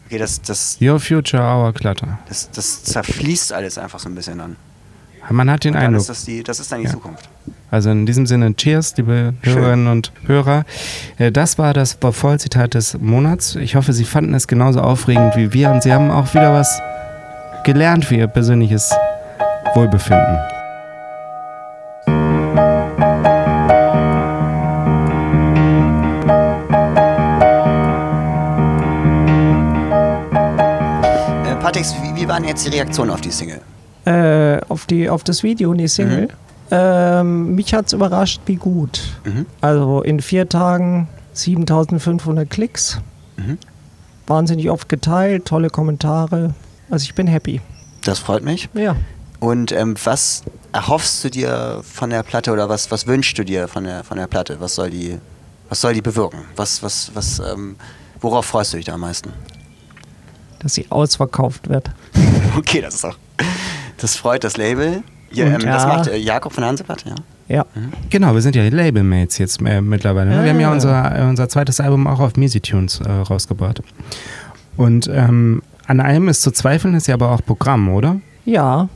okay, das, das,
ah. Your future, our clutter.
das, das zerfließt alles einfach so ein bisschen dann.
Man hat den
Dann
Eindruck.
ist das, die, das ist dann die Zukunft.
Also in diesem Sinne, Cheers, liebe Hörerinnen und Hörer. Äh, Das war das Vollzitat des Monats. Ich hoffe, Sie fanden es genauso aufregend wie wir und Sie haben auch wieder was gelernt für Ihr persönliches Wohlbefinden.
Äh, Patex, wie, wie waren jetzt die Reaktionen auf die Single?
äh, auf, die, auf das Video und die Single. Ähm, mich hat es überrascht, wie gut. Also in vier Tagen 7500 Klicks. Wahnsinnig oft geteilt, tolle Kommentare. Also ich bin happy.
Das freut mich.
Ja.
Und ähm, was erhoffst du dir von der Platte oder was, was wünschst du dir von der, von der Platte? Was soll die, was soll die bewirken? Was, was, was, ähm, worauf freust du dich da am meisten?
Dass sie ausverkauft wird.
Okay, das ist auch. Das freut das Label. Ja,
Und
ähm, Das
ja.
macht äh, Jakob von der Hanseplatte, ja.
Ja.
Genau, wir sind ja Labelmates jetzt äh, mittlerweile. Ne? Wir haben ja unser, äh, unser zweites Album auch auf Misi Tunes äh, rausgebracht. Und ähm, an allem ist zu zweifeln, ist ja aber auch Programm, oder?
Ja.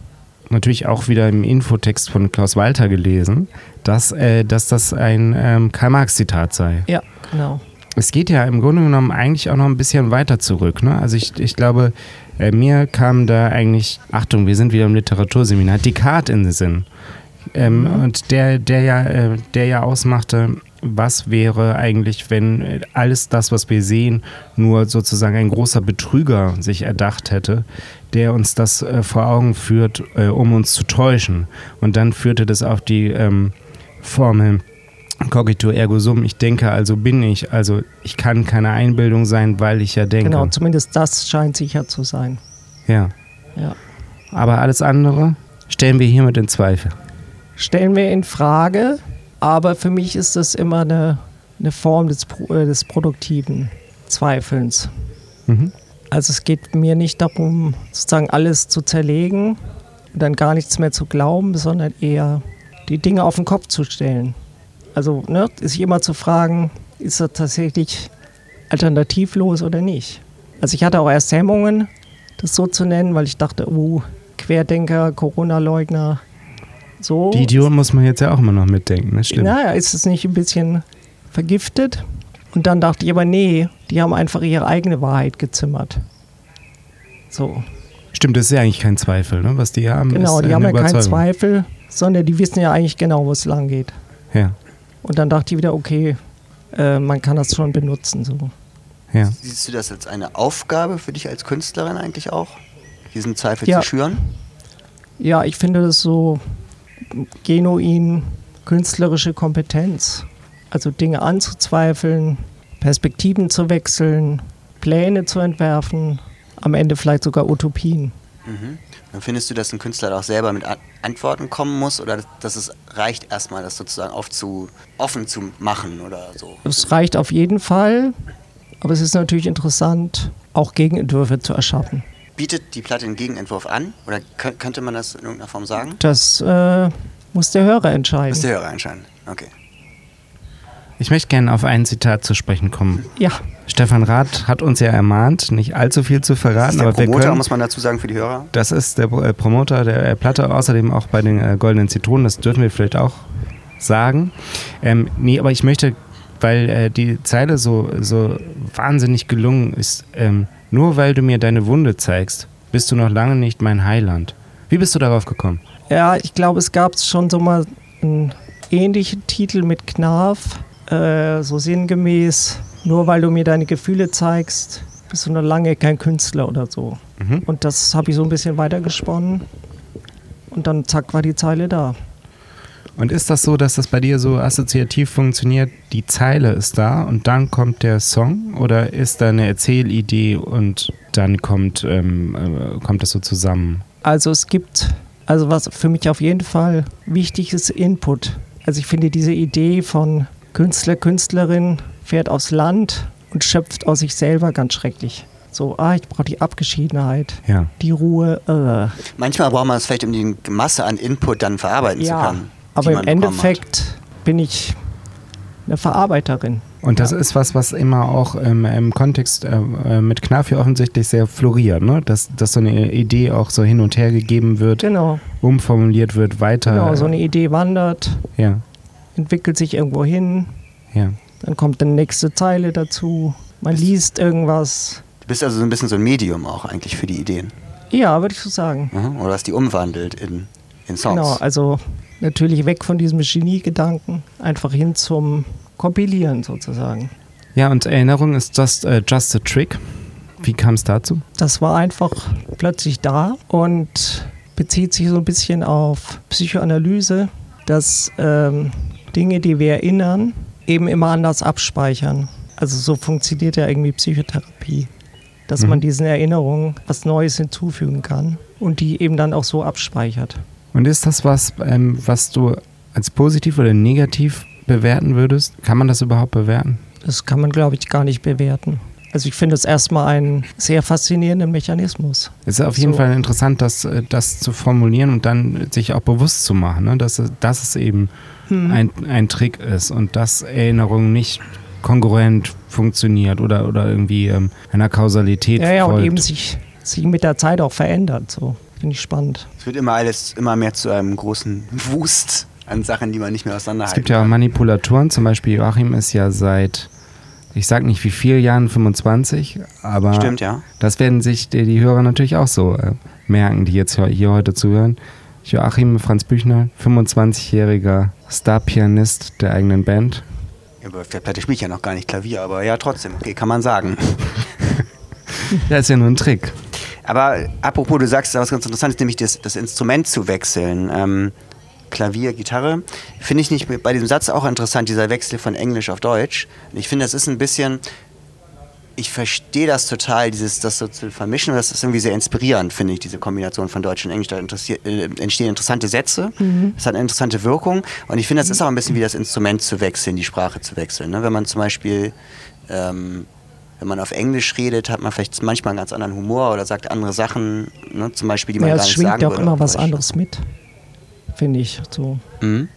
Natürlich auch wieder im Infotext von Klaus Walter gelesen, dass, äh, dass das ein ähm, Karl-Marx-Zitat sei.
Ja, genau.
Es geht ja im Grunde genommen eigentlich auch noch ein bisschen weiter zurück. Ne? Also ich, ich glaube, äh, mir kam da eigentlich, Achtung, wir sind wieder im Literaturseminar, Descartes in den Sinn. Ähm,
Genau.
Und der, der, ja, äh, der ja ausmachte, was wäre eigentlich, wenn äh, alles das, was wir sehen, nur sozusagen ein großer Betrüger sich erdacht hätte, der uns das äh, vor Augen führt, äh, um uns zu täuschen. Und dann führte das auf die ähm, Formel Cogito ergo sum, ich denke, also bin ich. Also ich kann keine Einbildung sein, weil ich ja denke.
Genau, zumindest das scheint sicher zu sein.
Ja.
Ja.
Aber alles andere stellen wir hiermit in Zweifel.
Stellen wir in Frage, aber für mich ist das immer eine, eine Form des, Pro- äh, des produktiven Zweifelns.
Mhm.
Also es geht mir nicht darum, sozusagen alles zu zerlegen und dann gar nichts mehr zu glauben, sondern eher die Dinge auf den Kopf zu stellen. Also ne, sich immer zu fragen, ist das tatsächlich alternativlos oder nicht? Also ich hatte auch erst Hemmungen, das so zu nennen, weil ich dachte, uh, Querdenker, Corona-Leugner, so.
Die Idioten muss man jetzt ja auch immer noch mitdenken, ne? Stimmt.
Naja, ist es nicht ein bisschen vergiftet? Und dann dachte ich aber, nee, die haben einfach ihre eigene Wahrheit gezimmert. So.
Stimmt, das ist ja eigentlich kein Zweifel, ne? was die haben.
Genau,
ist
die haben
eine
ja keinen
Überzeugung.
Zweifel, sondern die wissen ja eigentlich genau, wo es lang geht.
Ja.
Und dann dachte ich wieder, okay, äh, man kann das schon benutzen. So.
Ja.
Siehst du das als eine Aufgabe für dich als Künstlerin eigentlich auch? Diesen Zweifel
Ja.
zu schüren?
Ja, ich finde das so genuin künstlerische Kompetenz. Also Dinge anzuzweifeln, Perspektiven zu wechseln, Pläne zu entwerfen, am Ende vielleicht sogar Utopien.
Mhm. Dann findest du, dass ein Künstler da auch selber mit An- Antworten kommen muss oder dass es reicht erstmal, das sozusagen aufzu, offen zu machen oder so.
Es reicht auf jeden Fall, aber es ist natürlich interessant, auch Gegenentwürfe zu erschaffen.
Bietet die Platte einen Gegenentwurf an oder kö- könnte man das in irgendeiner Form sagen?
Das äh, muss der Hörer entscheiden.
Müsst ihr Hörer entscheiden. Okay.
Ich möchte gerne auf ein Zitat zu sprechen kommen.
Ja.
Stefan Rath hat uns ja ermahnt, nicht allzu viel zu
Das
verraten,
ist der
aber wir
Promoter,
können.
muss man dazu sagen, für die Hörer.
Das ist der äh, Promoter der äh, Platte, außerdem auch bei den äh, Goldenen Zitronen, das dürfen wir vielleicht auch sagen. Ähm, nee, aber ich möchte, weil äh, die Zeile so, so wahnsinnig gelungen ist, ähm, nur weil du mir deine Wunde zeigst, bist du noch lange nicht mein Heiland. Wie bist du darauf gekommen?
Ja, ich glaube, es gab schon so mal einen ähnlichen Titel mit Knarf, äh, so sinngemäß, nur weil du mir deine Gefühle zeigst, bist du noch lange kein Künstler oder so.
Mhm.
Und das habe ich so ein bisschen weitergesponnen und dann zack war die Zeile da.
Und ist das so, dass das bei dir so assoziativ funktioniert? Die Zeile ist da und dann kommt der Song oder ist da eine Erzählidee und dann kommt, ähm, äh, kommt das so zusammen?
Also es gibt, also was für mich auf jeden Fall wichtig ist, Input. Also ich finde diese Idee von Künstler, Künstlerin fährt aufs Land und schöpft aus sich selber ganz schrecklich. So, ah, ich brauche die Abgeschiedenheit,
Ja.
die Ruhe. Äh.
Manchmal braucht man es vielleicht, um die Masse an Input dann verarbeiten zu
Ja,
können. die
aber im
man bekommen hat.
Endeffekt bin ich eine Verarbeiterin.
Und das ist was, was immer auch ähm, im Kontext äh, äh, mit Knafi offensichtlich sehr floriert, ne? Dass, dass so eine Idee auch so hin und her gegeben wird,
Genau,
umformuliert wird, weiter.
genau. So eine Idee wandert,
ja,
entwickelt sich irgendwo hin,
ja.
dann kommt eine nächste Zeile dazu, man liest irgendwas.
Du bist also so ein bisschen so ein Medium auch eigentlich für die Ideen.
Ja, würde ich so sagen.
Mhm. Oder hast die umwandelt in, in Songs.
Genau, also natürlich weg von diesem Genie-Gedanken, einfach hin zum Kompilieren sozusagen.
Ja, und Erinnerung ist just, äh, just a trick. Wie kam es dazu?
Das war einfach plötzlich da und bezieht sich so ein bisschen auf Psychoanalyse, dass ähm, Dinge, die wir erinnern, eben immer anders abspeichern. Also so funktioniert ja irgendwie Psychotherapie, dass
Mhm.
man diesen Erinnerungen was Neues hinzufügen kann und die eben dann auch so abspeichert.
Und ist das was, ähm, was du als positiv oder negativ bewerten würdest? Kann man das überhaupt bewerten?
Das kann man, glaube ich, gar nicht bewerten. Also ich finde es erstmal einen sehr faszinierenden Mechanismus.
Es ist auf jeden
So.
Fall interessant, das, äh, das zu formulieren und dann sich auch bewusst zu machen, ne? dass, es- dass es eben
Mhm.
ein, ein Trick ist und dass Erinnerung nicht kongruent funktioniert oder, oder irgendwie ähm, einer Kausalität
Ja, ja,
folgt.
und eben sich, sich mit der Zeit auch verändert. So finde ich spannend.
Es wird immer alles immer mehr zu einem großen Wust an Sachen, die man nicht mehr
es
auseinanderhalten
gibt ja auch Manipulatoren, zum Beispiel Joachim ist ja seit, ich sag nicht wie viel Jahren, 25, aber
Stimmt, ja.
das werden sich die, die Hörer natürlich auch so äh, merken, die jetzt hier- hier heute zuhören. Joachim Franz Büchner, 25-jähriger Starpianist der eigenen Band.
Ja, aber auf der Platte spiele ich ja noch gar nicht Klavier, aber ja, trotzdem, okay, kann man sagen.
Das ist ja nur ein Trick.
Aber apropos, du sagst was ganz Interessantes, nämlich das, das Instrument zu wechseln. Ähm, Klavier, Gitarre. Finde ich nicht mit- bei diesem Satz auch interessant, dieser Wechsel von Englisch auf Deutsch. Und ich finde, das ist ein bisschen. Ich verstehe das total, dieses, das so zu vermischen. Und das ist irgendwie sehr inspirierend, finde ich, diese Kombination von Deutsch und Englisch. Da interessi- äh, entstehen interessante Sätze.
Mhm.
Es hat eine interessante Wirkung. Und ich finde, das ist auch ein bisschen wie das Instrument zu wechseln, die Sprache zu wechseln. Ne? Wenn man zum Beispiel. Ähm, wenn man auf Englisch redet, hat man vielleicht manchmal einen ganz anderen Humor oder sagt andere Sachen, ne, zum Beispiel, die man
Ja,
gar
es
nicht sagen
schwingt ja auch
würde
immer
auf
was
Deutsch.
anderes mit, finde ich. So.
Mhm.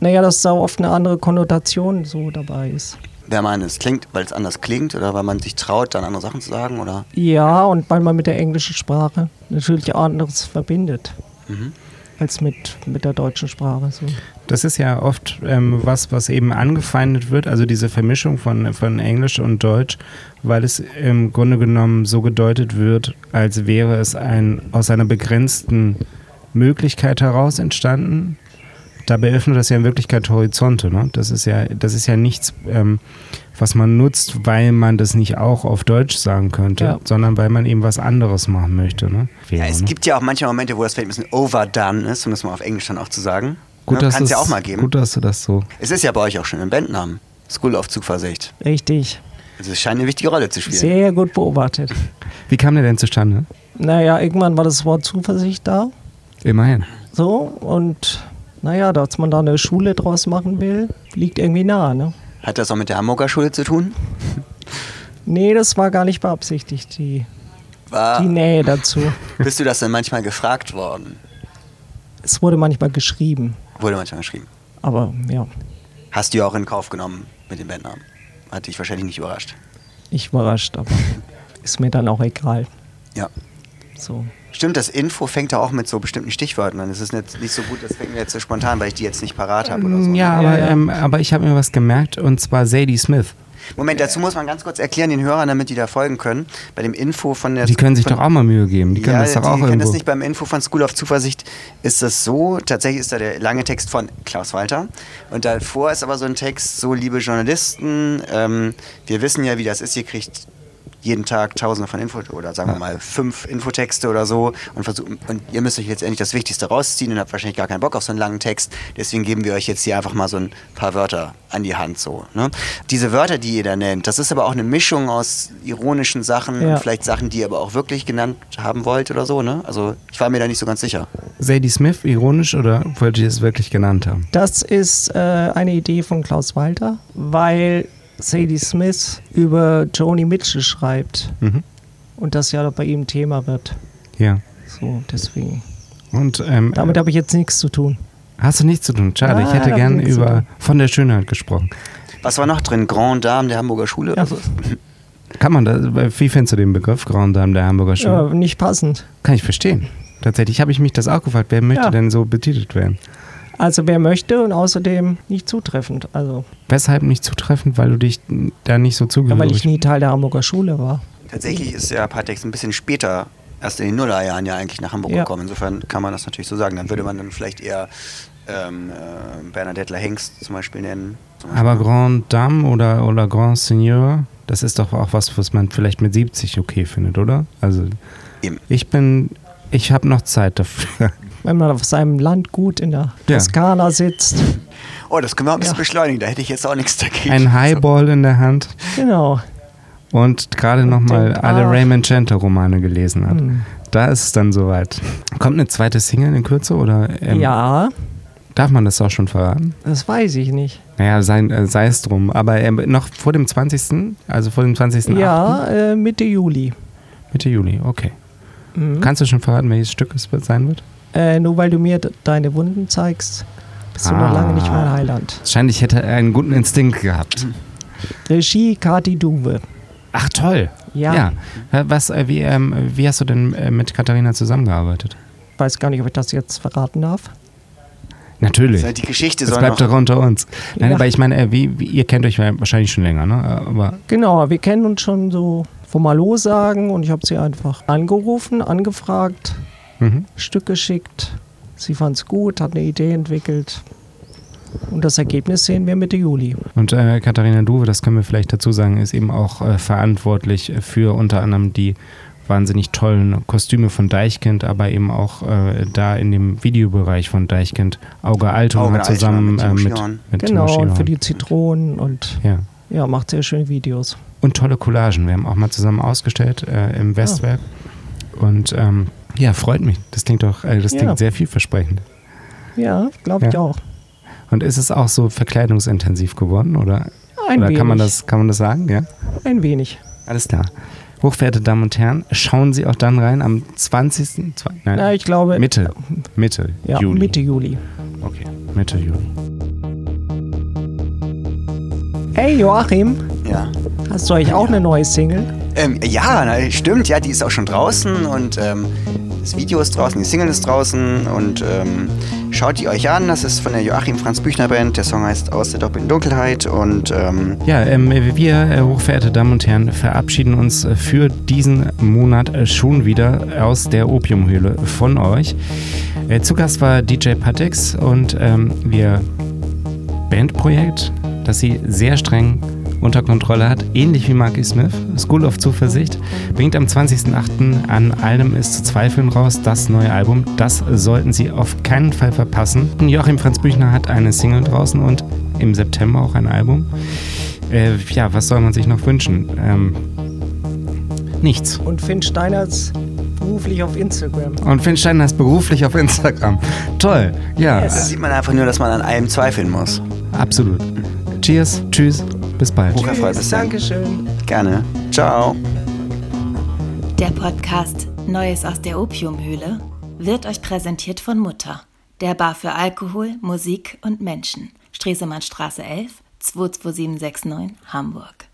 Naja, dass da oft eine andere Konnotation so dabei ist.
Wenn man es klingt, weil es anders klingt oder weil man sich traut, dann andere Sachen zu sagen oder. Mhm.
Ja, und weil man mit der englischen Sprache natürlich auch anderes verbindet. als mit, mit der deutschen Sprache. So.
Das ist ja oft ähm, was, was eben angefeindet wird, also diese Vermischung von, von Englisch und Deutsch, weil es im Grunde genommen so gedeutet wird, als wäre es ein aus einer begrenzten Möglichkeit heraus entstanden. Dabei öffnet das ja in Wirklichkeit Horizonte. Ne? Das, ist ja, das ist ja nichts, ähm, was man nutzt, weil man das nicht auch auf Deutsch sagen könnte,
Ja.
sondern weil man eben was anderes machen möchte. Ne?
Ja, es
ne?
gibt ja auch manche Momente, wo das vielleicht ein bisschen overdone ist, um das mal auf Englisch dann auch zu sagen.
Gut, dass
Kann es ja
das-
auch mal geben.
Gut, dass du das so.
Es ist ja bei euch auch schon im Bandnamen. School auf Zugversicht.
Richtig.
Also es scheint eine wichtige Rolle zu spielen.
Sehr gut beobachtet.
Wie kam der denn zustande?
Naja, irgendwann war das Wort Zuversicht da.
Immerhin.
So, und naja, dass man da eine Schule draus machen will, liegt irgendwie nahe. Ne?
Hat das auch mit der Hamburger Schule zu tun?
Nee, das war gar nicht beabsichtigt, die,
War,
die Nähe dazu.
bist du das denn manchmal gefragt worden?
Es wurde manchmal geschrieben,
Wurde manchmal geschrieben.
aber ja,
Hast du ja auch in Kauf genommen mit dem Bandnamen. Hat dich wahrscheinlich nicht überrascht.
ich überrascht, aber ist mir dann auch egal.
Ja.
So.
Stimmt, das Info fängt ja auch mit so bestimmten Stichwörtern an. Es ist nicht, nicht so gut, das fängt mir jetzt so spontan, weil ich die jetzt nicht parat habe oder so. ne?
Ja,
Ja,
aber,
ja.
Ähm, aber ich habe mir was gemerkt und zwar Sadie Smith.
Moment, dazu muss man ganz kurz erklären den Hörern, damit die da folgen können. Bei dem Info von der
Die können sich
von,
doch auch mal Mühe geben. Die können
ja,
das doch
die
auch
kennen
irgendwo.
das nicht. Beim Info von School of Zuversicht ist das so. Tatsächlich ist da der lange Text von Klaus Walter. Und davor ist aber so ein Text, so liebe Journalisten, ähm, wir wissen ja, wie das ist. Ihr kriegt jeden Tag tausende von Info oder sagen wir mal fünf Infotexte oder so und versuchen und ihr müsst euch jetzt endlich das Wichtigste rausziehen und habt wahrscheinlich gar keinen Bock auf so einen langen Text. Deswegen geben wir euch jetzt hier einfach mal so ein paar Wörter an die Hand so. Ne? Diese Wörter, die ihr da nennt, das ist aber auch eine Mischung aus ironischen Sachen
Ja.
und vielleicht Sachen, die ihr aber auch wirklich genannt haben wollt oder so. Ne? Also ich war mir da nicht so ganz sicher.
Sadie Smith, ironisch oder wollt ihr es wirklich genannt haben?
Das ist äh, eine Idee von Klaus Walter, weil Sadie Smith über Joni Mitchell schreibt
Mhm.
und das ja bei ihm Thema wird.
Ja.
So, deswegen.
Und ähm,
Damit habe ich jetzt nichts zu tun.
hast du nichts zu tun. Schade, ich
Ah,
hätte
da
gern
hab ich nichts zu
über
tun.
von der Schönheit gesprochen.
Was war noch drin? Grand Dame der Hamburger Schule?
Ja,
Kann man das, wie findest du den Begriff Grand Dame der Hamburger Schule?
ja, äh, nicht passend.
Kann ich verstehen. Tatsächlich habe ich mich das auch gefragt, wer möchte
Ja.
denn so betitelt werden?
Also wer möchte und außerdem nicht zutreffend. Also,
Weshalb nicht zutreffend, weil du dich da nicht so
ja, weil
zugehörig
ich nie Teil der Hamburger Schule war.
Tatsächlich ist ja Patex ein bisschen später, erst in den Nullerjahren ja eigentlich nach Hamburg
Ja.
gekommen. Insofern kann man das natürlich so sagen. Dann würde man dann vielleicht eher ähm, äh, Bernadettler Hengst zum Beispiel nennen. Zum Beispiel.
Aber Grand Dame oder, oder Grand Seigneur, das ist doch auch was, was man vielleicht mit 70 okay findet, oder? Also
Eben.
ich bin, ich habe noch Zeit dafür.
Wenn man auf seinem Land gut in der
Ja.
Toskana sitzt.
Oh, das können wir auch ein bisschen
Ja.
beschleunigen. Da hätte ich jetzt auch nichts dagegen.
Ein Highball in der Hand
Genau.
und gerade nochmal
denkt,
alle
ah.
Raymond Chandler Romane gelesen hat.
Hm.
Da ist es dann soweit. Kommt eine zweite Single in Kürze oder ähm,
Ja,
darf man das auch schon verraten?
das weiß ich nicht.
Naja, sei, äh, sei es drum. Aber ähm, noch vor dem 20., also vor dem 20.
Ja, äh, Mitte Juli.
Mitte Juli, okay.
Mhm.
Kannst du schon verraten, welches Stück es wird- sein wird?
Äh, nur weil du mir d- deine Wunden zeigst, bist du
Ah.
noch lange nicht mehr in Heiland.
Wahrscheinlich hätte er einen guten Instinkt gehabt.
Regie Kati Duwe.
Ach toll.
Ja.
Äh, Was, äh, wie, ähm, wie hast du denn äh, mit Katharina zusammengearbeitet?
Weiß gar nicht, ob ich das jetzt verraten darf.
Natürlich.
Das heißt, die Geschichte
Das
soll
bleibt
noch...
doch unter uns. Nein,
Ja.
aber ich meine, äh, wie, wie, ihr kennt euch ja wahrscheinlich schon länger, ne? Aber
Genau, wir kennen uns schon so vom Hallo sagen und ich habe sie einfach angerufen, angefragt,
mhm.
Stück geschickt. Sie fand es gut, hat eine Idee entwickelt. Und das Ergebnis sehen wir Mitte Juli.
und äh, Katharina Duwe, das können wir vielleicht dazu sagen, ist eben auch äh, verantwortlich für unter anderem die wahnsinnig tollen Kostüme von Deichkind, aber eben auch äh, da in dem Videobereich von Deichkind Auge Altona
Auge Altona
zusammen
mit
äh,
Timo
mit,
Schirhorn.
mit Timo
Genau, und für
Schirhorn.
die Zitronen und
ja.
ja, macht sehr schöne Videos.
und tolle Collagen. Wir haben auch mal zusammen ausgestellt äh, im Westwerk. Und ähm, ja, freut mich. Das klingt doch, äh, das
Ah. Ja.
klingt sehr vielversprechend.
Ja, glaube ich
Ja.
auch.
Und ist es auch so verkleidungsintensiv geworden, oder?
Ein
oder
wenig.
kann man das, kann man das sagen? Ja.
Ein wenig.
Alles klar. Hochverehrte Damen und Herren, schauen Sie auch dann rein am 20. Zwa- Nein,
Na, ich glaube,
Mitte, Mitte
ja,
Juli.
Mitte Juli.
Okay, Mitte Juli.
Hey Joachim,
Ja.
hast du eigentlich auch eine neue Single?
Ähm, ja, na, stimmt. Ja, die ist auch schon draußen und ähm, Das Video ist draußen, die Single ist draußen und ähm, schaut die euch an. Das ist von der Joachim Franz Büchner Band. Der Song heißt Aus der doppelten Dunkelheit und ähm,
Ja, ähm, wir, äh, hochverehrte Damen und Herren, verabschieden uns äh, für diesen Monat äh, schon wieder aus der Opiumhöhle von euch. Äh, zu Gast war DJ Patix und ähm, ihr Bandprojekt, das sie sehr streng unter Kontrolle hat, ähnlich wie Marky Smith, School of Zuversicht, bringt am 20.08. an Allem ist zu zweifeln raus das neue Album. Das sollten Sie auf keinen Fall verpassen. Joachim Franz Büchner hat eine Single draußen und im September auch ein Album. Äh, ja, was soll man sich noch wünschen? Ähm, nichts.
Und Finn Steinerts beruflich auf Instagram.
Und Finn Steiner ist beruflich auf Instagram. Toll, ja.
da sieht man einfach nur, dass man an allem zweifeln muss.
Absolut. Cheers, tschüss, bis bald.
Hocherfreut bis dann.
Dankeschön.
Gerne. Ciao.
Der Podcast Neues aus der Opiumhöhle wird euch präsentiert von Mutter, der Bar für Alkohol, Musik und Menschen. Stresemannstraße 11, 22769, Hamburg.